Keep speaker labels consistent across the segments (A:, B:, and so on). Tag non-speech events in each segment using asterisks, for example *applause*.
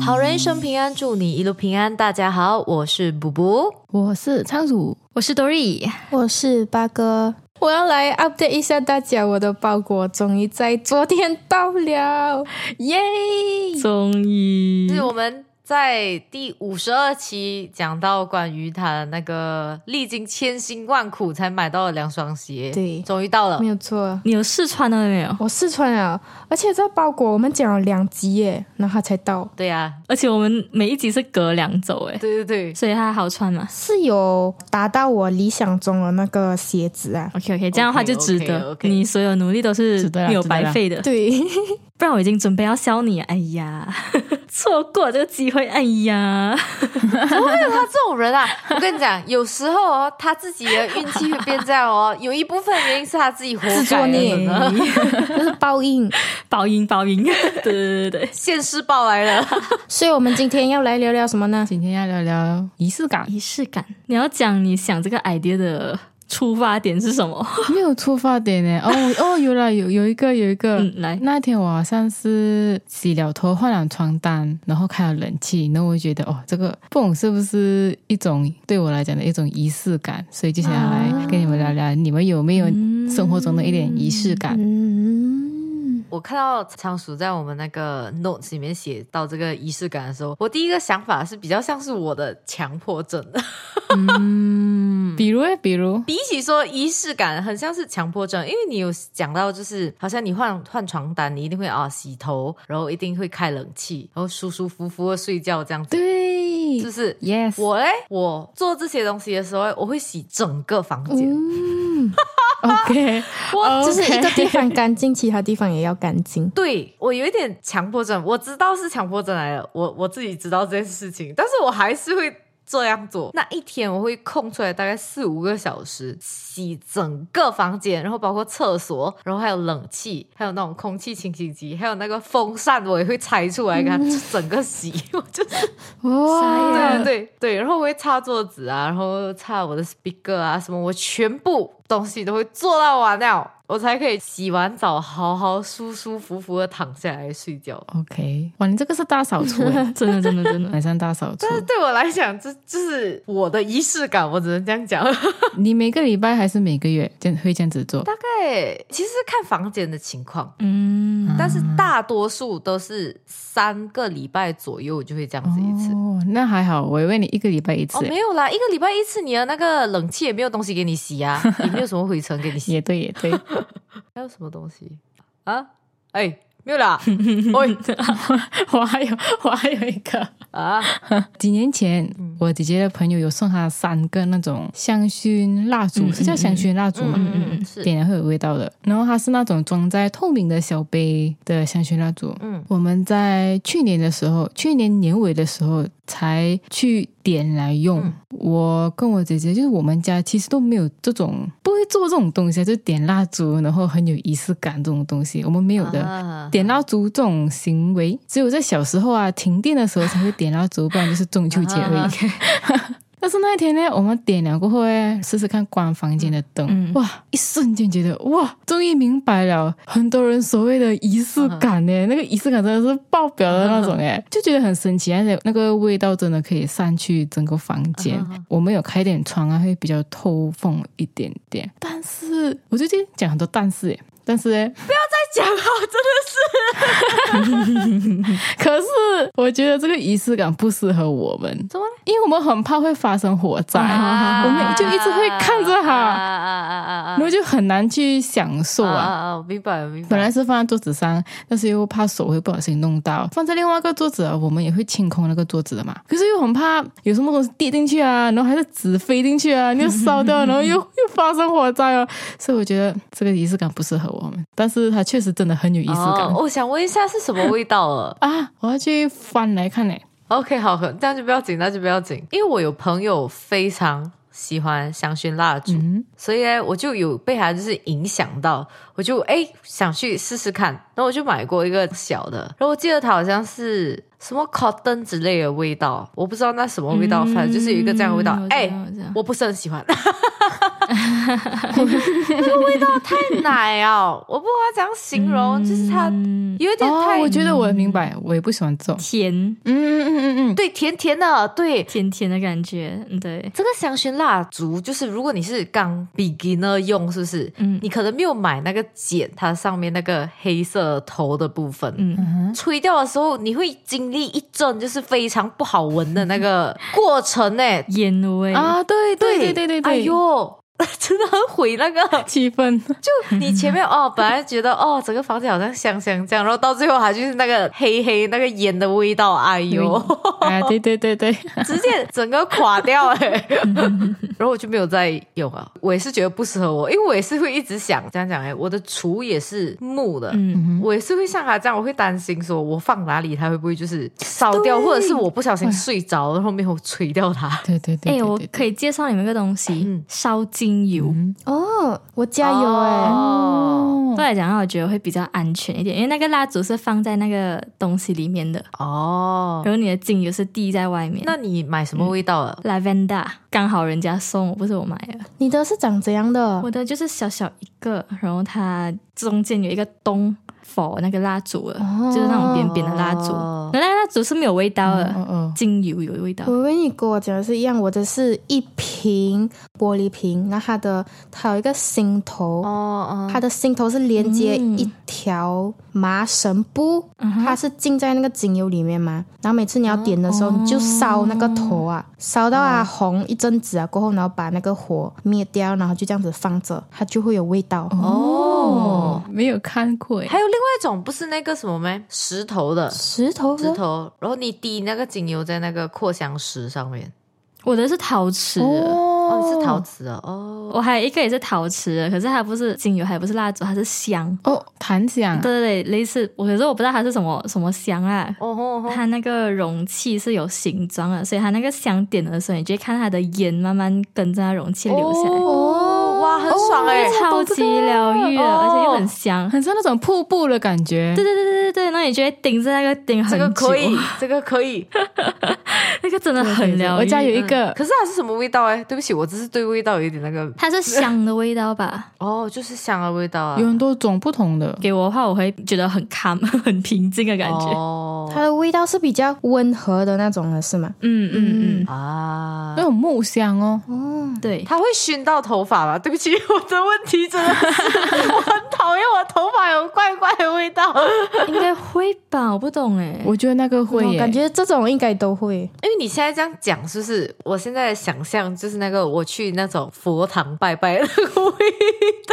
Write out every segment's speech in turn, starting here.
A: 好人一生平安，祝你一路平安。大家好，我是补补。
B: 我是仓鼠，
C: 我是 Dory，
D: 我是八哥。
B: 我要来 update 一下大家，我的包裹终于在昨天到了，耶！
C: 终于
A: 是我们在第五十二期讲到关于他那个历经千辛万苦才买到的两双鞋，
B: 对
A: 终于到了
B: 没。有错，
C: 你有试穿了没有？
B: 我试穿了，而且这包裹我们讲了两集耶，然后它才到，
A: 对呀、
C: 而且我们每一集是隔两周哎，
A: 对 *laughs* 对对，
C: 所以它好穿嘛。
B: 是有达到我理想中的那个鞋子啊。
C: OK OK，这样的话就值得
A: OK，OK，OK
C: 你所有努力都是
E: 值得啦
C: 没有白费
B: *laughs*
C: 的。
B: 对，
C: 不然我已经准备要笑你了，哎呀， *laughs* 错过这个机会，哎呀，
A: 他这种人啊，我跟你讲， *laughs* 有时候哦，他自己的运气会变这样哦，有一部分原因是他自己活
B: 自作
A: 该的，
B: 孽
A: 真的，
B: 这是报应。
C: *laughs* 报应报应， *laughs* 对对对对，
A: *laughs* 现世报来了。
B: 所以我们今天要来聊聊什么呢？
E: 今天要聊聊仪式
C: *laughs*
E: 感，
C: 仪式感，你要讲你想这个 idea 的出发点是什么？
E: 没有出发点呢。哦哦，有了，有有一个有一个，
C: 嗯，来，
E: 那天我好像是洗了头，换了床单，然后开了冷气，然后我就觉得哦，这个不懂是不是一种对我来讲的一种仪式感，所以就想要来跟你们聊聊，你们有没有生活中的一点仪式感？
B: 嗯，
A: 我看到仓鼠在我们那个 notes 里面写到这个仪式感的时候，我第一个想法是比较像是我的强迫症， *laughs*
C: 嗯
E: 比如诶，比如
A: 比起说仪式感，很像是强迫症，因为你有讲到就是好像你换换床单，你一定会啊洗头，然后一定会开冷气，然后舒舒服服的睡觉这样子，
B: 对
A: 是不是？
E: ，yes，
A: 我嘞，我做这些东西的时候，我会洗整个房间。
B: 嗯 *laughs*
E: OK，
A: 我
B: 就是一个地方干 *laughs* 净，其他地方也要干净。
A: 对我有一点强迫症，我知道是强迫症来了，我我自己知道这件事情，但是我还是会这样做。那一天我会空出来大概四五个小时，洗整个房间，然后包括厕所，然后还有冷气，还有那种空气清新机，还有那个风扇，我也会拆出来给它整个洗。 *laughs* 我就是
E: 啊
A: 对对对对，然后我会擦桌子啊，然后擦我的 speaker 啊什么，我全部东西都会做到完了。我才可以洗完澡，好好舒舒服服的躺下来睡觉。
E: OK，哇，你这个是大扫除诶，
C: *laughs* 真的真的
E: *laughs*
C: 真的，
E: 晚上大扫除
A: 但，是 *laughs* 对我来讲，这就是我的仪式感，我只能这样 *laughs* 讲。
E: 你每个礼拜还是每个月这样会这样子做？
A: 大概其实看房间的情况，
C: *laughs* 嗯，
A: 但是大多数都是三个礼拜左右就会这样子一次。
E: 哦，那还好，我以为你一个礼拜一次
A: 哦，，没有啦，一个礼拜一次，你的那个冷气也没有东西给你洗 *laughs* 啊，也没有什么灰尘给你洗，啊
E: 也对也
A: *laughs*
E: 对，
A: 还有什么东西啊？哎，没有啦，喂
E: 我还有我还有一个，
A: 啊，
E: 几年前
A: 嗯
E: 我姐姐的朋友有送她三个那种香薰蜡烛，
C: 嗯
E: 是叫香薰蜡烛吗？
A: 嗯嗯嗯，是，
E: 点了会有味道的，然后它是那种装在透明的小杯的香薰蜡烛。
A: 嗯
E: 我们在去年的时候，去年年尾的时候才去点来用。
A: 嗯
E: 我跟我姐姐，就是我们家其实都没有这种不会做这种东西啊，就点蜡烛，然后很有仪式感这种东西，我们没有的。
A: 啊
E: 点蜡烛这种行为，只有在小时候啊，停电的时候才会点蜡烛，不然就是中秋节而已。
A: 啊
E: *laughs* 但是那一天呢，我们点了过后呢，试试看关房间的灯，
C: 嗯
E: 哇，一瞬间觉得哇，终于明白了很多人所谓的仪式感
A: 啊
E: 呢，那个仪式感真的是爆表的那种哎，就觉得很神奇，而且那个味道真的可以散去整个房间。
A: 啊
E: 我们有开点窗啊，会比较透风一点点。但是我最近讲很多但是哎，但是呢，
A: 讲好，真的
E: *laughs* 可是我觉得这个仪式感不适合我们，
A: 怎么了
E: 因为我们很怕会发生火灾，
A: 啊
E: 我们就一直会看着它，
A: 啊啊啊啊啊！
E: 然后就很难去享受
A: 啊
E: 啊。
A: 啊啊！我明白，我明白。
E: 本来是放在桌子上，但是又怕手会不小心弄到，放在另外一个桌子啊，我们也会清空那个桌子的嘛。可是又很怕有什么东西跌进去啊，然后还是纸飞进去啊，你又烧
A: *laughs*
E: 掉，然后又又发生火灾哦。所以我觉得这个仪式感不适合我们，但是它确实真的很有仪式感、
A: 哦。我想问一下是什么味道了
E: 啊！我要去翻来看嘞。
A: ？OK，好，很那就不要紧，那就不要紧，因为我有朋友非常喜欢香薰蜡烛，所以呢，我就有被他就是影响到，我就哎想去试试看，然后我就买过一个小的，然后我记得它好像是。什么 cotton 之类的嗯味道，我不知道那什么味道，反正就是有一个这样的味道。哎、 *laughs*
C: 我知道我知道
A: 我不是很喜欢。太奶哦，我不知道怎样形容，就是它
C: 嗯
A: 有一点
E: 哦，
A: 太、
E: 我觉得我明白，我也不喜欢这种。
C: 甜
E: 嗯嗯嗯嗯嗯，
A: 对甜甜的，对
C: 甜甜的感觉，嗯对，
A: 这个香薰蜡烛，就是如果你是刚 beginner 用，是不是？
C: 嗯
A: 你可能没有买那个剪，它上面那个黑色头的部分。
C: 嗯，
A: 吹掉的时候，你会经历一阵就是非常不好闻的那个过程呢、
C: 烟味
E: 啊，对 *laughs* 对对对对对，
A: 哎呦， *laughs* 真的很毁那个。 *laughs*
E: 气氛。
A: 就你前面哦，本来觉得哦，整个房间好像香香这样，然后到最后还就是那个黑黑那个烟的味道，哎呦，
E: 哎，对对对 *laughs* 对，
A: 直接整个垮掉哎、 *laughs* 然后我就没有再用啊，我也是觉得不适合我，因为我也是会一直想这样讲哎、我的厨也是木的，
C: 嗯
A: 我也是会像他这样，我会担心说我放哪里它会不会就是烧掉，或者是我不小心睡着，然后没有吹掉它。
E: 对对
C: 哎、
E: 对，
C: 我
E: 对对嗯
C: 可以介绍你们一个东西
A: 嗯，
C: 烧、精油。
B: 哦，我家有哎、
A: 哦
C: 对我来讲的话，我觉得会比较安全一点，因为那个蜡烛是放在那个东西里面的，
A: 哦，
C: 然后你的精油是滴在外面。
A: 那你买什么味道了？
C: lavender 刚好人家送我，不是我买的，
B: 哎你的是长怎样的
C: 我？的就是小小一个，然后它中间有一个洞 for 那个蜡烛的，
B: 哦
C: 就是那种扁扁的蜡烛。
A: 哦
C: 那那蜡烛是没有味道的，
E: 哦哦
C: 精油有味道。
B: 我以为你跟我讲的是一样，我的是一瓶玻璃瓶，然后它的它有一个芯头，
A: 哦
B: 它的芯头是连接
C: 嗯
B: 一条麻绳布，
C: 嗯哼
B: 它是浸在那个精油里面嘛。然后每次你要点的时候，
C: 哦
B: 你就烧那个头啊，
A: 哦
B: 烧到啊红一阵子啊过后，然后把那个火灭掉，然后就这样子放着，它就会有味道。嗯
A: 哦，
E: 没有看过哎，
A: 还有另外一种不是那个什么咩石头的
B: 石头
A: 石
B: 的
A: 头，然后你滴那个精油在那个扩香石上面，
C: 我的是陶瓷的。
A: 哦，
E: 哦
A: 是陶瓷哦，哦，
C: 我还有一个也是陶瓷的，可是它不是精油，还不是蜡烛，它是香。
E: 哦，檀香啊，
C: 对对对，类似我，可是我不知道它是什么什么香啊。
A: 哦吼吼，
C: 它那个容器是有形状的，所以它那个香点的时候，你就会看它的烟慢慢跟着它容器流下来，
A: 哦，哇，很爽哎，
C: 超级疗愈的，
A: 哦
C: 而且又很香。
E: 很像那种瀑布的感觉。
C: 对对对对对对，那你就会盯着那个顶
A: 这
C: 很久，
A: 个可以，这个可以，
C: 那个真的很疗愈。
E: 我家有一个，
A: 嗯可是它是什么味道哎？对不起，我只是对味道有一点那个，
C: 它是香的味道吧？
A: 哦，就是香的味道啊，
E: 有很多种不同的，
C: 给我的话，我会觉得很 calm，很平静的感觉。
A: 哦
B: 它的味道是比较温和的那种的，是吗？
C: 嗯嗯嗯，
A: 啊
E: 那。种木香哦，
C: 对，
A: 它会熏到头发吧？对不起， *laughs* 我的问题真的是，我很讨厌我头发有怪怪的味道。
C: 应该会吧？我不懂哎，
E: 我觉得那个会
B: 我
E: 耶，
B: 哦感觉这种应该都会。
A: *laughs* 因为你现在这样讲，是不是？我现在的想象就是那个我去那种佛堂拜拜的那个味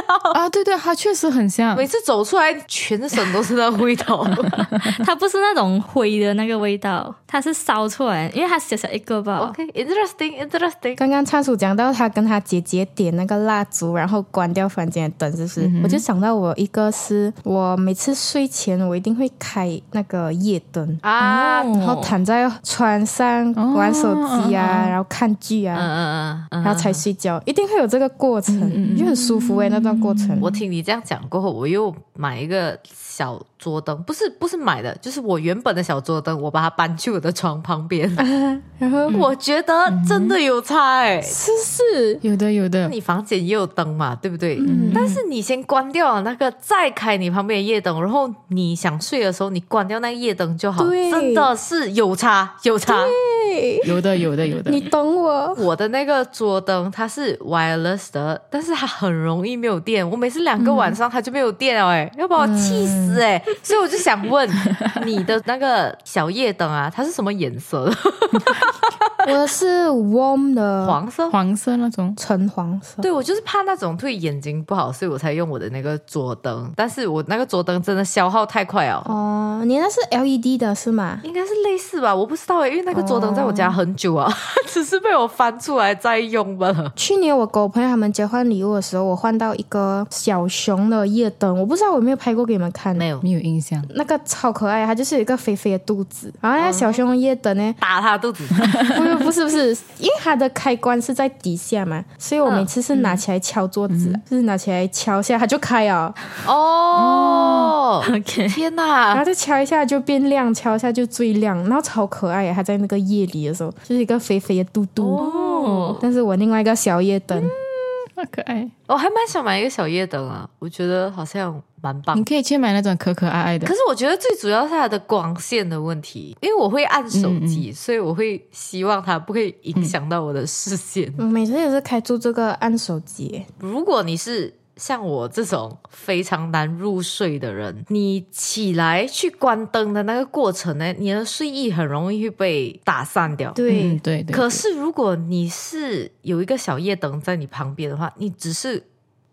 A: 道，
E: 啊，对对，它确实很
A: *laughs*
E: 像
A: 每。次走出来，全身都是那味 *laughs* 道。
C: *laughs* 它不是那种灰的那个味道，它是烧出来，因为它小小一个吧。
A: OK，interesting，interesting、
B: 刚刚仓鼠讲到他跟他姐姐点那个蜡烛，然后关掉房间的灯，就是、
A: 嗯
B: 我就想到我一个是我每次睡前我一定会开那个夜灯。
A: 啊，嗯
C: 哦
B: 然后躺在床上
E: 哦
B: 玩手机啊，
E: 嗯嗯
B: 然后看剧啊，
A: 哦嗯嗯嗯，
B: 然后才睡觉，一定会有这个过程，就很舒服哎、那段过程。
A: 我听你这样讲过后，我又买一个小桌灯，不是不是买的，就是我原本的小桌灯，我把它搬去我的床旁边，
B: 然后
A: *laughs* 我觉得真的有差哎、
B: 是是
E: 有的有的
A: 那，你房间也有灯嘛，对不对？但是你先关掉了那个，再开你旁边的夜灯，然后你想睡的时候，你关掉那个夜灯就好。
B: 对
A: 真的是有差有差。
E: 有的有的有的
B: 你，懂我，
A: 我的那个桌灯它是 wireless 的，但是它很容易没有电。我每次两个晚上它就没有电了、哎、要把我气死哎、所以我就想问，你的那个小夜灯啊，它是什么颜色 *laughs* 的？
B: 我是 warm 的
A: 黄色。
E: *laughs* 黄色那种。
B: 橙黄色。
A: 对，我就是怕那种对眼睛不好，所以我才用我的那个桌灯。但是我那个桌灯真的消耗太快哦，
B: 哦，你那是 LED 的是吗？
A: 应该是类似吧，我不知道诶，因为那个桌灯在我家很久啊， *laughs* 只是被我翻出来再用罢了。
B: 去年我跟我朋友他们交换礼物的时候，我换到一个小熊的夜灯，我不知道我有没有拍过给你们看。
A: 有，
E: 没有印象，
B: 那个超可爱，它就是有一个肥肥的肚子，然后那个小熊的夜灯呢
A: 打他肚 *laughs* 子，
B: 不是不是不是，因为它的开关是在底下嘛，所以我每次是拿起来敲桌子，就是拿起来敲一下它就开哦了，
A: 哦，
C: OK，
A: 天
B: 然后
A: 哪！
B: 再敲一下就变亮，敲一下就最亮，然后超可爱，它在那个夜里的时候就是一个肥肥的嘟嘟，
C: 哦
B: 但是我另外一个小夜灯，
E: 好可爱。
A: 我还蛮想买一个小夜灯啊，我觉得好像蛮棒
E: 你。可以去买那种可可爱爱的
A: 可，是我觉得最主要是它的光线的问题，因为我会按手机，所以我会希望它不会影响到我的视线。
B: 我嗯每次也是开出这个按手机，
A: 如果你是像我这种非常难入睡的人，你起来去关灯的那个过程呢，你的睡意很容易会被打散掉。
B: 对
E: 嗯，，对对。
A: 可是如果你是有一个小夜灯在你旁边的话，你只是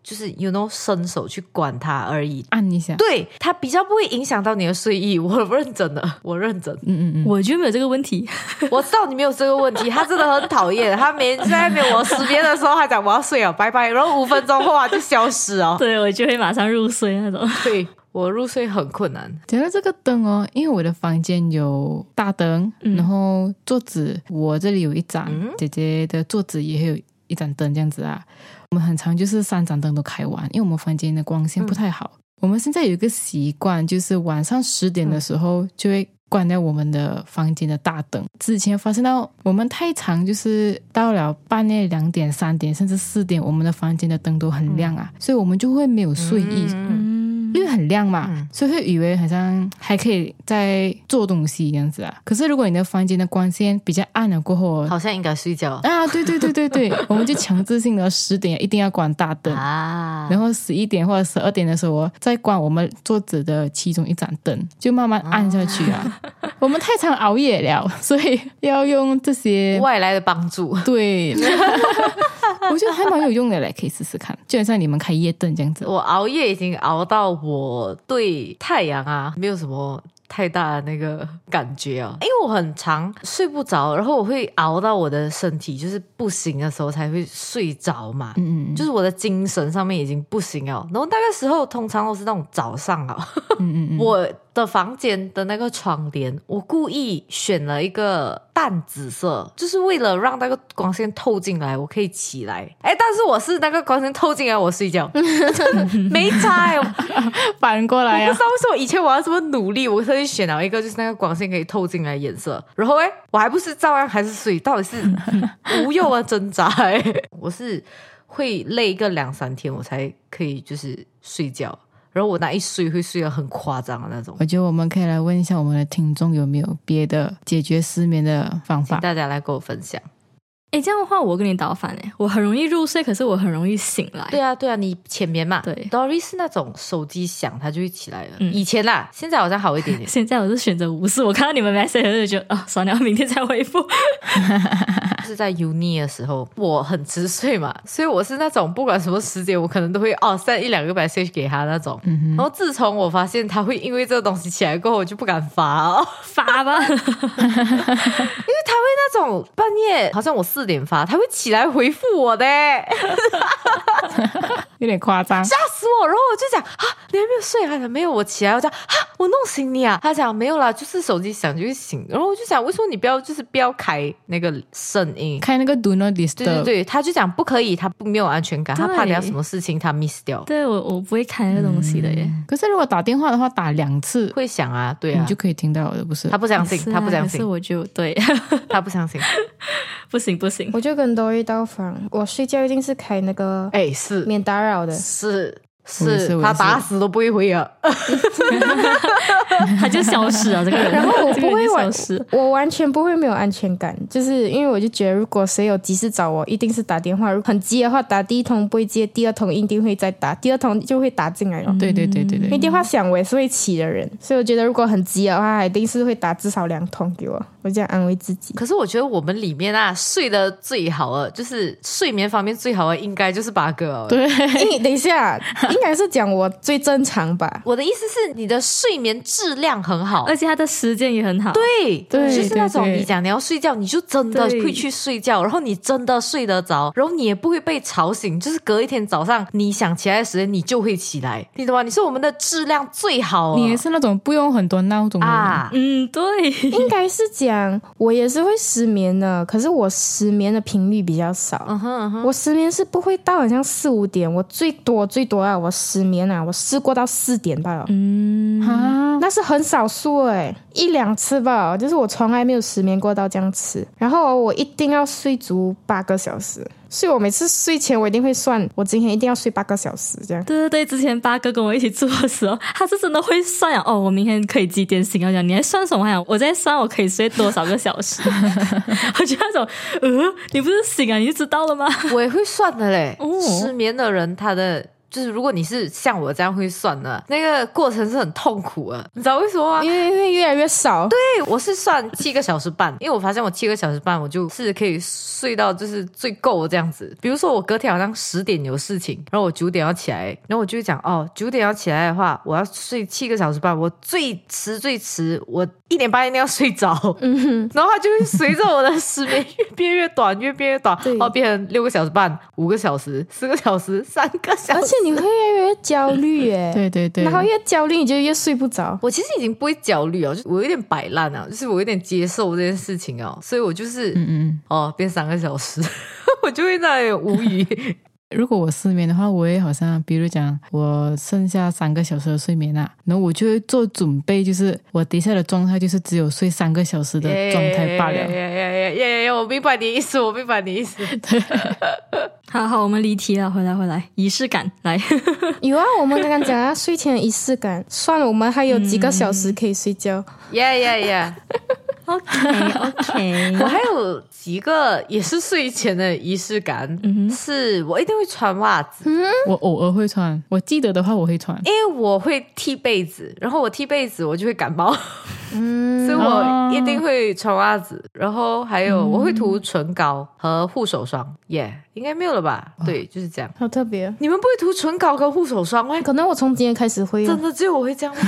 A: 就是 you know 伸手去管它而已。
E: 按一下，
A: 对它比较不会影响到你的睡意，我认真的， *laughs* 我认真。
E: 嗯嗯嗯，
C: 我就没有这个问题，
A: 我知道你没有这个问题，他真的很讨厌。他每天在那边我识别的时候，他讲我要睡了，拜拜。然后五分钟后他就消失哦。
C: 对我就会马上入睡那种。
A: *laughs* 对我入睡很困难，
E: 讲到这个灯哦，因为我的房间有大灯，
A: 嗯
E: 然后桌子我这里有一盏，姐姐的桌子也有一盏灯这样子啊。我们很常就是三盏灯都开完，因为我们房间的光线不太
A: 嗯
E: 好。我们现在有一个习惯，就是晚上十点的时候就会关掉我们的房间的大灯。之前发现到我们太长，就是到了半夜两点、三点甚至四点，我们的房间的灯都很亮啊，所以我们就会没有睡意。
A: 嗯
C: 嗯，
E: 因为很亮嘛，
A: 嗯
E: 所以会以为好像还可以在做东西这样子啊。可是如果你的房间的光线比较暗了过后，
A: 好像应该睡觉
E: 啊，对对对对对，我们就强制性的十点一定要关大灯，
A: 啊。
E: 然后十一点或者十二点的时候哦再关我们桌子的其中一盏灯，就慢慢暗下去啊。 *laughs* 我们太常熬夜了， *laughs* 所以要用这些。
A: 外来的帮助，
E: 对，我觉得还蛮有用的嘞，可以试试看。就很像你们开夜灯这样子，
A: 我熬夜已经熬到我对太阳啊没有什么。太大的那个感觉啊，因为我很长睡不着，然后我会熬到我的身体就是不行的时候才会睡着嘛。
E: 嗯嗯
A: 就是我的精神上面已经不行了。然后那个时候通常都是那种早上啊，
E: 嗯嗯
A: *laughs*
E: 嗯，
A: 我的房间的那个窗帘，我故意选了一个淡紫色，就是为了让那个光线透进来，我可以起来。哎，但是我是那个光线透进来，我睡觉， *laughs* 没差、欸。我不
E: 反过
C: 哎
E: 来啊呀、
A: 知道为什么以前我要这么努力，我特意选了一个就是那个光线可以透进来的颜色，然后哎、我还不是照样还是睡，到底是
C: *laughs*
A: 无用啊挣扎、欸。我是会累个两三天，我才可以就是睡觉。然后我那一睡会睡得很夸张的那种，
E: 我觉得我们可以来问一下我们的听众有没有别的解决失眠的方
A: 请
E: 法。
A: 大家来跟我分享。
C: 哎，这样的话我跟你倒反哎，我很容易入睡，可是我很容易醒来。
A: 对啊，对啊，你浅眠嘛。
C: 哎对
A: ，Dory 是那种手机响它就会起来了，
C: 嗯
A: 以前啦，现在好像好一点点。
C: 现在我是选择无视，我看到你们 message 我就觉得啊、算了，明天再回复。
A: 就是在 uni 的时候，我很迟睡嘛， *laughs* 所以我是那种不管什么时间，我可能都会哦 send 一两个 message 给他那种。然后自从我发现他会因为这个东西起来过后，我就不敢发哦。
C: 发吧，
A: 因为他会那种半夜，好像我四点发，他会起来回复我的，吓
E: 有点夸张，
A: 死我！然后我就讲啊，你还没有睡啊？他讲没有，我起来，我讲啊，我弄醒你啊。他讲没有啦，就是手机响就会醒。然后我就想，为什么你不要就是不要开那个声音？
E: 开那个 Do Not
A: 对对
E: Disturb，
A: 对，他就讲不可以，他不没有安全感，他怕
C: 对
A: 等下什么事情他 miss 掉，
C: *laughs* 对我我不会看那个东西的耶。
E: 可是如果打电话的话，打两次、
A: 会想啊，对
E: 你
A: 啊
E: 就，可以听到了，不是
A: 他？不相信
C: 是，啊
A: 他不相
C: 可是
A: 信，
C: 我就对， *laughs*
A: 他不相信，
C: 不行不 *laughs* 行，
B: 我就跟多一道房，我睡觉一定是开那个
A: *laughs* 哎，是
B: 免打扰的，
A: 是
E: 我也是
A: 是，
E: 我也
A: 他
E: 是
A: 打死都不会回啊。
C: 他就消失啊了这个人，
B: *laughs* 然后我不会
C: 这个人 *laughs*
B: 玩
C: 就消失。，
B: 我完全不会没有安全感，就是因为我就觉得，如果谁有急事找我，一定是打电话，如果很急的话，打第一通不会接，第二通一定会再打，第二通就会打进来了。
E: 对对对对
B: 因为
E: 对，
B: 电话响，我也是会起的人，所以我觉得如果很急的话，一定是会打至少两通给我，我这样安慰自
A: *laughs*
B: 己。
A: 可是我觉得我们里面啊，睡得最好的，就是睡眠方面最好的，应该就是八哥哦。
E: 对，
B: 你等一下，应该是讲我最正常吧？
A: 我的意思是，你的睡眠质量很好，
C: 而且他的时间也很好，
A: 对，
E: 对
A: 就是那种
E: 对对
A: 你讲你要睡觉，你就真的
C: 对
A: 会去睡觉，然后你真的睡得着，然后你也不会被吵醒，就是隔一天早上你想起来的时间，你就会起来，你懂吗？你是我们的质量最好哦，
E: 你也是那种不用很多闹钟的人，
A: 啊，
C: 嗯，对，
B: *laughs* 应该是讲我也是会失眠的，可是我失眠的频率比较少。
A: 嗯哼嗯哼，
B: 我失眠是不会到好像四五点，我最多最多啊，我失眠啊，我试过到四点罢了。
C: 嗯，
E: 啊，
B: 那是很少数哎、一两次吧，就是我从来没有失眠过到这样吃。然后哦我一定要睡足八个小时，所以我每次睡前我一定会算，我今天一定要睡八个小时这样。
C: 对对对，之前八哥跟我一起住的时候，他是真的会算 *laughs* 啊哦，我明天可以几点醒啊？我讲你还算什么呀？我在算我可以睡多少个小时。 *laughs* 我就那种，呃，你不是醒啊？你就知道了吗？ *laughs*
A: 我也会算的嘞。
C: 哦
A: 失眠的人，他的就是如果你是像我这样会算的，那个过程是很痛苦的。你知道为什么吗？因
B: 因为会越来越少，对，
A: 为我是算七个小时半，因为我发现我七个小时半，我就是可以睡到就是最够这样子。比如说我隔天好像十点有事情，然后我九点要起来，然后我就会讲哦，九点要起来的话，我要睡七个小时半，我最迟最迟我一点半一定要睡着。
B: 嗯
A: 然后它就会随着我的失眠越变越短，越变越短，
B: 对
A: 然后变成六个小时半、五个小时、四个小时、三个小
B: 而
A: 时。
B: 且你会越来越焦虑
E: *laughs*
B: 哎、
E: 对对对，
B: 然后越焦虑你就越睡不着。
A: 我其实已经不会焦虑哦，就是我有点摆烂啊，就是我有点接受这件事情哦，所以我就是、
E: 嗯嗯，
A: 哦变三个小时，我就会在那里无语。
E: 如果我失眠的话，我也好像，比如讲我剩下三个小时的睡眠啊，然后我就会做准备，就是我底下的状态就是只有睡三个小时的状态罢
A: 耶
E: 了。
A: 耶耶耶耶耶！我明白你的意思，我明白你的意思。
C: 好好，我们离题了，回来回来，仪式感来。
B: 有啊，我们刚刚讲啊，睡前的仪式感，算了，我们还有几个小时可以睡觉。
A: 耶耶耶！
C: OK
A: 我
C: *laughs* OK，
A: 还有几个也是睡前的仪式感，是我一定会穿袜子。
E: 我偶尔会穿，我记得的话我会穿。
A: 因为我会踢被子，然后我踢被子我就会感冒，*laughs*
B: 嗯，
A: 所以我一定会穿袜子，然后还有我会涂唇膏和护手霜，耶、应该没有了吧？对，就是这样。
B: 好特别。
A: 你们不会涂唇膏跟护手霜吗？
B: 可能我从今天开始会了啊
A: 真的只有我会这样吗？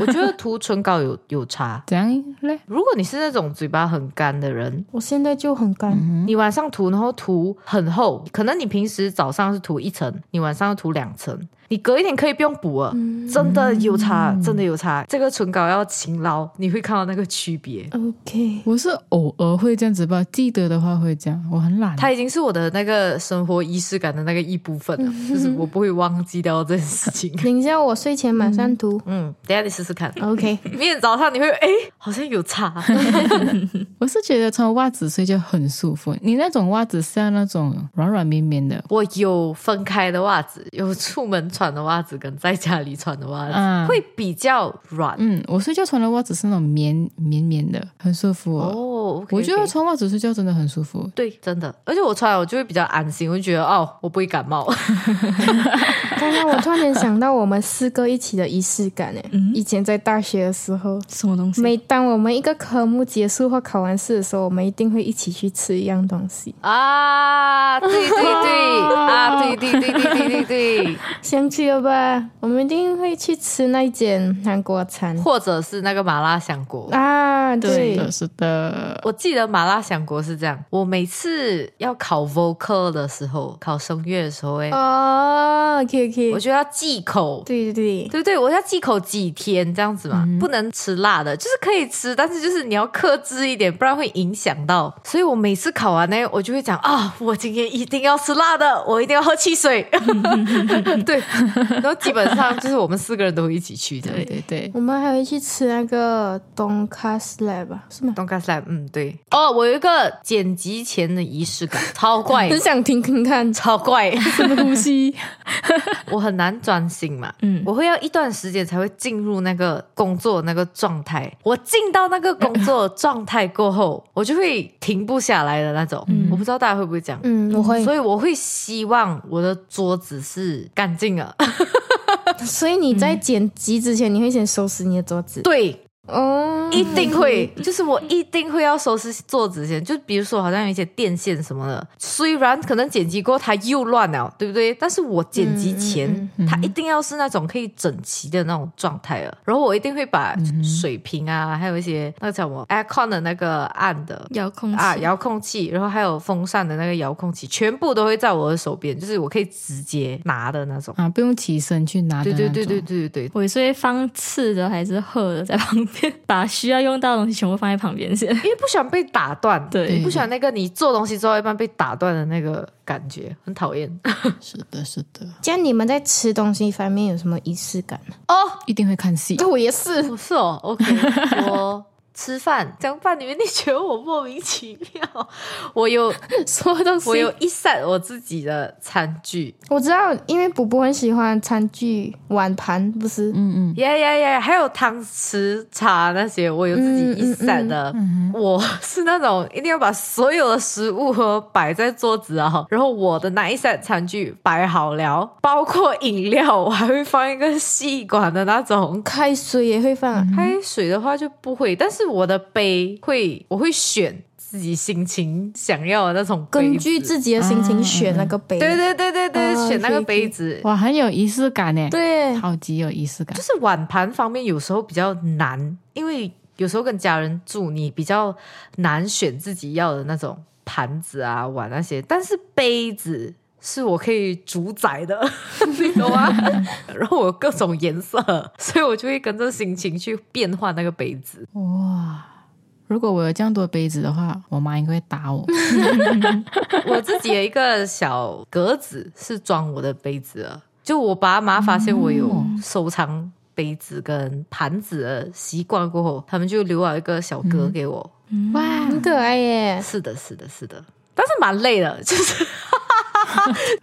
A: 我觉得涂唇膏有有差。
E: 怎样嘞？
A: 如果你是那种嘴巴很干的人，
B: 我现在就很干。
A: 你晚上涂，然后涂很厚，可能你平时早上是涂一层，你晚上要涂两层，你隔一天可以不用补了，真的有差，真的有差。这个唇膏要勤捞，你会看到那个区别。
B: 嗯 OK，
E: 我是偶尔会这样子吧，记得的话会这样。我很懒，
A: 它已经是我的那个生活仪式感的那个一部分 *laughs* 了，就是我不会忘记掉这件事情。
B: 等一下我睡前马上涂。
A: *laughs* 嗯，等一下你试试看，
B: OK，
A: *laughs* 明天早上你会哎，好像有差。
E: 我是觉得穿袜子睡觉很舒服。你那种袜子是要那种软软绵绵的，
A: 我有分开的袜子，有出门穿的袜子跟在家里穿的袜子，
E: 嗯
A: 会比较软。
E: 嗯，我睡觉穿的袜子是那种绵绵绵的，很舒服
A: 哦
E: 哦。
A: ，OK，OK，
E: 我觉得穿袜子睡觉真的很舒服。
A: 对，真的，而且我穿了我就会比较安心，我就觉得哦，我不会感冒。
B: 刚刚我突然间想到我们四个一起的仪式感诶，以前在大学的时候。
C: 什么东西？
B: 每当我们一个科目结束或考完试的时候，我们一定会一起去吃一样东西，
A: 啊，对对对，啊，对对对对对对对，
B: 想起了吧？我们一定会去吃那一间韩国餐
A: 或者是那个麻辣香锅。
B: 啊，
E: 是
B: 对，
E: 的，是的。
A: 我记得麻辣香锅是这样，我每次要考 vocal 的时候，考声乐的时候，哎、
B: 哦，OK
A: 我
B: OK，
A: 就要忌口，
B: 对对对，
A: 对不对？我要忌口几天这样子嘛，不能吃辣的，就是可以吃，但是就是你要克制一点，不然会影响到。所以我每次考完呢，我就会讲啊，我今天一定要吃辣的，我一定要喝汽水。对，然后基本上就是我们四个人都会一起去的。
E: 对对对，
B: 我们还会去吃那个东卡斯莱吧？是吗？
A: Don't g s l 嗯，对。哦，我有一个剪辑前的仪式感，超怪，
B: 很想听听看，
A: 超怪。
E: 深呼
B: *laughs*
E: 吸。
A: 我很难专心嘛，嗯，我会要一段时间才会进入那个工作那个状态。我进到那个工作状态过后，
B: 嗯
A: 我就会停不下来的那种。我不知道大家会不会这样，
B: 嗯，我会，
A: 所以我会希望我的桌子是干净的。啊
B: 所以你在剪辑之前，你会先收拾你的桌子。
A: 对，
B: 哦，
A: 一定会，就是我一定会要收拾桌子先。就比如说，好像有一些电线什么的，虽然可能剪辑过后它又乱了，对不对？但是我剪辑前，
B: 嗯
A: 它一定要是那种可以整齐的那种状态了。然后我一定会把水瓶啊，还有一些那个叫什么 aircon 的那个按的。
C: 遥控器
A: 啊，遥控器，然后还有风扇的那个遥控器，全部都会在我的手边，就是我可以直接拿的那种。
E: 啊，不用起身去拿的
A: 对
E: 那种。
A: 对对对对对对，
C: 我也是会放吃的还是喝的在旁边，边，把需要用到的东西全部放在旁边先。
A: 因为不喜欢被打断，
C: 对
A: 你不喜欢那个你做东西做到一半被打断的那个感觉，很讨厌。
E: 是的，是的，
B: 这样你们在吃东西方面有什么仪式感吗？
A: 哦，
E: 一定会看戏。
B: *laughs* 我也是，
A: 不是哦，OK，我吃饭讲半年，你觉得我莫名其妙？ *laughs* 我有
B: 所有东西
A: 我有一扇我自己的餐具，
B: 我知道，因为补补很喜欢餐具、碗盘，不是？
E: 嗯嗯，
A: 呀呀呀！还有汤匙、茶那些，我有自己一散
B: 嗯
A: 的。我是那种一定要把所有的食物哦摆在桌子啊，然后我的那一扇餐具摆好了，包括饮料，我还会放一个吸管的那种。
B: 开水也会放啊、
A: 开水的话就不会，但是我的杯会，我会选自己心情想要的那种杯子
B: 根据自己的心情选那个杯。
A: 对对对对对，
B: 哦
A: 选那
B: 可
A: 个
B: 以可以
A: 杯子。
E: 哇，很有仪式感呢，
B: 对
E: 超级有仪式感
A: 就。是碗盘方面有时候比较难，因为有时候跟家人住，你比较难选自己要的那种盘子啊、碗那些，但是杯子。是我可以主宰的， *laughs* 你懂吗？然后我有各种颜色，所以我就会跟着心情去变换那个杯子。
E: 哇，如果我有这样多杯子的话，我妈应该会打我。
A: 我自己有一个小格子是装我的杯子的，就我爸妈发现我有收藏杯子跟盘子的习惯过后，他们就留了一个小格给我，
B: 哇，很可爱耶！
A: 是的，是的，是的，但是蛮累的，就是。 *laughs*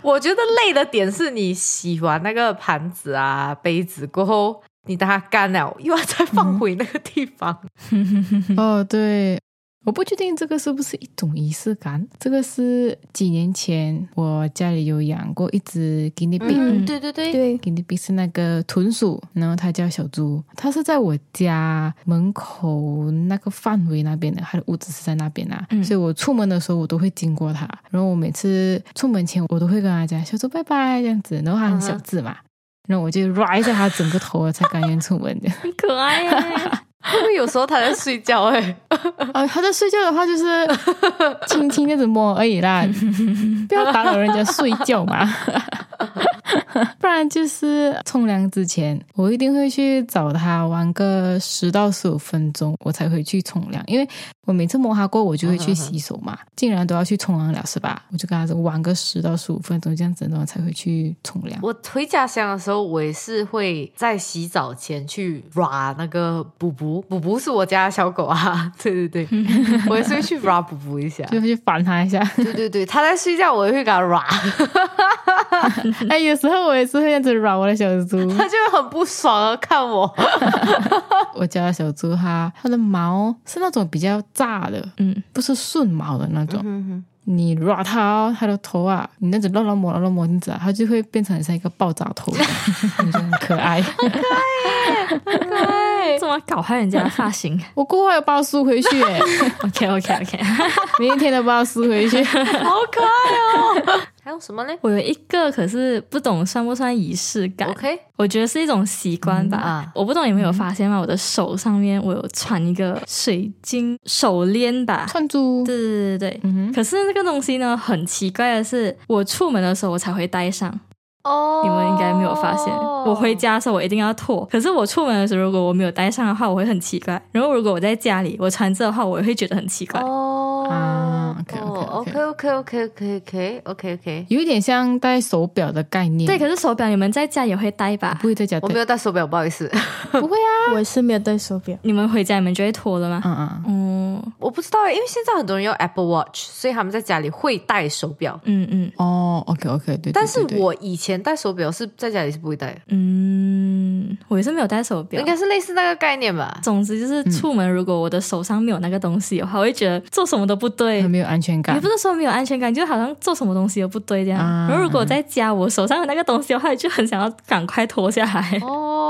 A: 我觉得累的点是你洗完那个盘子啊、杯子过后，你等它干了，又要再放回那个地方。
E: 哦，对，我不确定这个是不是一种仪式感。这个是几年前我家里有养过一只 guinea pig，、
B: 嗯
A: 对对对，
B: 对，
E: guinea pig 是那个豚鼠，然后它叫小猪，它是在我家门口那个范围那边的，它的屋子是在那边啊，
C: 嗯
E: 所以我出门的时候我都会经过它，然后我每次出门前我都会跟它讲小猪拜拜这样子，然后它很小只嘛。然后我就 r 一下它整个头，我才敢愿出门的。
C: 很可爱耶、
A: 因为有时候它在睡觉、哎，
E: 哦，它在睡觉的话就是轻轻这样子摸而已啦，不要打扰人家睡觉嘛。不然就是冲凉之前，我一定会去找它玩个十到十五分钟，我才回去冲凉。因为我每次摸它过，我就会去洗手嘛，竟然都要去冲凉了，是吧？我就跟它玩个十到十五分钟这样子，然后才回去冲凉。
A: *laughs* 我回家乡的时候，我也是会在洗澡前去抓那个补补，补补是我家的小狗啊， *laughs* 对对对，我也是会去抓补补一下。
E: 就会去烦它一下，
A: 对对对，它在睡觉，我也会给它 *laughs* 抓，
E: 哎，有时候我也是会这样子挠我的小猪，
A: 它就会很不爽的看我。
E: 我家的小猪它它的毛是那种比较炸的，
C: 嗯，
E: 不是顺毛的那种。
A: 嗯哼
E: 你抓它哦，它的头啊，你那只乱乱摸乱乱摸这样子啊，它就会变成很像一个爆炸头， *laughs* 你觉得很可爱。
C: 这么搞坏人家的发型。 *laughs*
E: 我过后要把它梳回去耶，
C: OK OK OK，
E: 明天都把它梳回去。
A: 好可爱哦！还有什么嘞
C: 我有一个可是不懂算不算仪式感
A: ？OK，
C: 我觉得是一种习惯吧。
A: 嗯啊
C: 我不懂你们有发现吗？我的手上面我有穿一个水晶手链吧。
E: 串珠，
C: 对对对对对，
E: 嗯哼，
C: 可是这个东西呢，很奇怪的是，我出门的时候我才会戴上，
A: 哦
C: 你们应该没有发现。我回家的时候我一定要脱，可是我出门的时候如果我没有戴上的话，我会很奇怪。然后如果我在家里我穿这的话，我也会觉得很奇怪。
A: 哦
E: 啊，OK，OK，OK
A: OK OK OK OK OK OK OK，
E: 有一点像戴手表的概念。
C: 对，可是手表你们在家也会戴吧
E: 不？会在家
A: 我
E: 戴
A: 没。有戴手表，不好意思， *laughs*
E: 不会啊，
B: 我也是没有戴手表。
C: 你们回家你们就会脱了吗？
E: 嗯嗯。
C: 哦、
A: 我不知道，因为现在很多人用 Apple Watch，所以他们在家里会戴手表。
C: 嗯嗯
E: 哦，OK OK，对，
A: 但是
E: 对对
A: 我以前戴手表是在家里是不会戴的，
C: 嗯，我也是没有戴手表
A: 应。该是类似那个概念吧。
C: 总之就是
A: 嗯
C: 出门，如果我的手上没有那个东西的话，我会觉得做什么都不对
E: 对很。没有安全
C: 也
E: 感
C: 不。是说没有安全感，就好像做什么东西都不对这样。
E: 啊
C: 然后如果在家我手上有那个东西的话，就很想要赶快脱下来，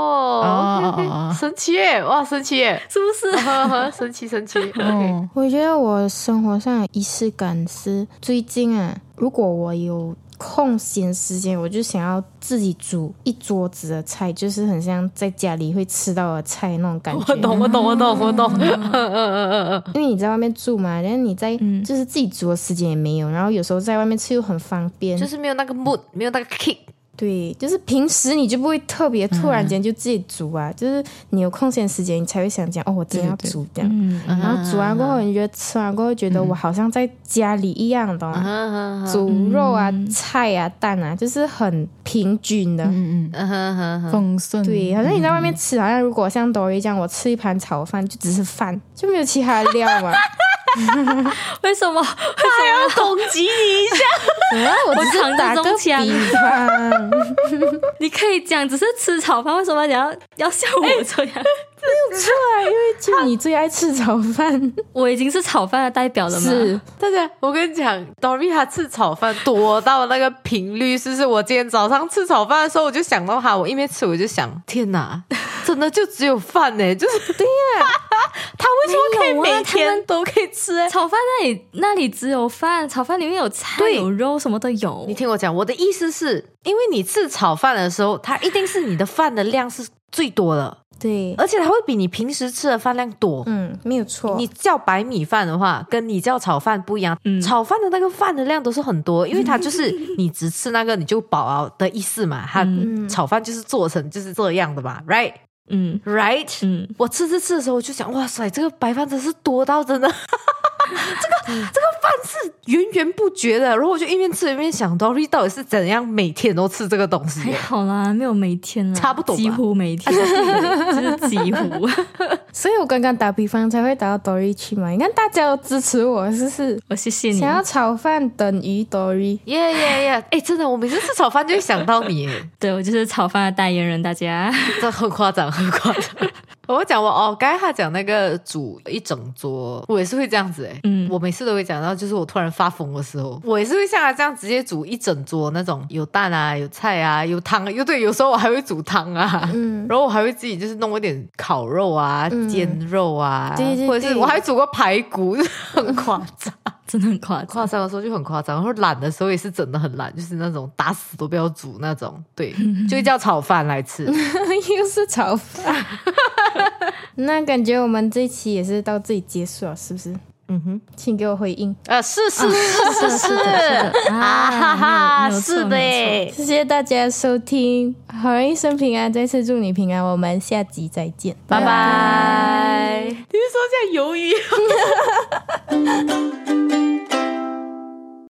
A: 哦
E: 哦
A: OK，OK，
E: 哦哦
A: 神奇耶！哇，神奇耶！ *laughs*
C: 是不是？
A: 呵呵，神奇神奇。OK，
E: 哦，
B: 我觉得我生活上的仪式感是最近啊，如果我有空闲时间，我就想要自己煮一桌子的菜，就是很像在家里会吃到的菜那种感觉。
A: 我懂，我懂，我懂，我懂。嗯嗯 *laughs* 嗯嗯嗯。
B: 因为你在外面住嘛，然后你在、
C: 嗯
B: 就是自己煮的时间也没有，然后有时候在外面吃又很方便，
A: 就是没有那个 mood，没有那个 kick，
B: 对，就是平时你就不会特别突然间就自己煮啊，就是你有空闲时间，你才会想讲哦，我今天要
E: 对对
B: 煮这样。
E: 嗯，嗯
B: 然后煮完过后，你觉得吃完过后，觉得我好像在家里一样，懂吗？
A: 嗯
B: 煮肉啊、菜啊、蛋啊，就是很平均的。
E: 嗯嗯，
A: 嗯哼哼哼
E: 丰盛，
B: 对，好像你在外面吃，好像如果像 Dory 这样，我吃一盘炒饭就只是饭，就没有其他的料嘛。
C: 为什么？
A: 他要攻击你一下，
B: 怎么？我只
C: 我
B: 是打
C: 躺着
B: 个
C: 中
B: 比
C: 枪
B: 方， *laughs*
C: 你可以讲，只是吃炒饭，为什么你要要像
A: *laughs* 哎
C: 我这样？
B: 啊就你最爱吃炒饭，
C: 我已经是炒饭的代表了嘛？啊
B: 是
A: 大家，我跟你讲，Dory 他吃炒饭多到那个频率，是不是？我今天早上吃炒饭的时候，我就想到他，我一边吃我就想，天 *laughs* 哪，真的就只有饭呢、就是对呀、他为什么可以
C: 没有啊
A: 每天都可以吃、 *laughs* 欸？
C: 炒饭那里那里只有饭，炒饭里面有菜
A: 对
C: 有肉，什么都有
A: 你。听我讲，我的意思是，因为你吃炒饭的时候，它一定是你的饭的量是最多的，
B: 对，
A: 而且它会比你平时吃的饭量多。
B: 嗯，没有错。
A: 你叫白米饭的话，跟你叫炒饭不一样。
C: 嗯
A: 炒饭的那个饭的量都是很多，因为它就是你只吃那个你就饱啊的意思嘛。它
B: 嗯
A: 炒饭就是做成就是这样的嘛，right
C: 嗯
A: right、
C: 嗯，
A: 我吃吃吃的时候，我就想，哇塞，这个白饭真是多到真的， *laughs* 这个这个饭是源源不绝的。然后我就一边吃一边想，Dory 到底是怎样每天都吃这个东西
C: 还？ *laughs* 好啦，没有每天啦，
A: 差不多吧
C: 几乎每
A: *laughs*
C: 天，就是几乎。
B: 所以我刚刚打比方才会打到 Dory 去嘛。你看大家都支持我，是不是？
C: 我谢谢你
B: 想，要炒饭等于 Dory，
A: 耶耶耶！哎，真的，我每次吃炒饭就会想到你，哎
C: 对我就是炒饭的代言人，大家。
A: 这很夸张，很夸张。 *laughs* 我讲我哦，刚才他讲那个煮一整桌，我也是会这样子哎、
C: 嗯
A: 我每次都会讲到，就是我突然发疯的时候，我也是会像他这样直接煮一整桌那种，有蛋啊，有菜啊，有汤啊，又对，有时候我还会煮汤啊，
B: 嗯，
A: 然后我还会自己就是弄一点烤肉啊、
B: 嗯
A: 煎肉啊，
B: 对对对
A: 或者是我还煮过排骨， *laughs* 很夸张。
C: 真的很夸
A: *laughs*
C: 张。
A: 夸张的时候就很夸张，然后懒的时候也是真的很懒，就是那种打死都不要煮那种，对， *laughs* 就会叫炒饭来吃。
B: *laughs* 又是炒饭。那感觉我们这期也是到这里结束了，是不是？
A: 嗯哼。
B: 请给我回应，
A: 呃，是是是是
C: *laughs*
A: 是是啊哈哈，是的耶，
B: 谢谢大家收听，好人一生平安，再次祝你平安，我们下集再见，
A: 拜拜。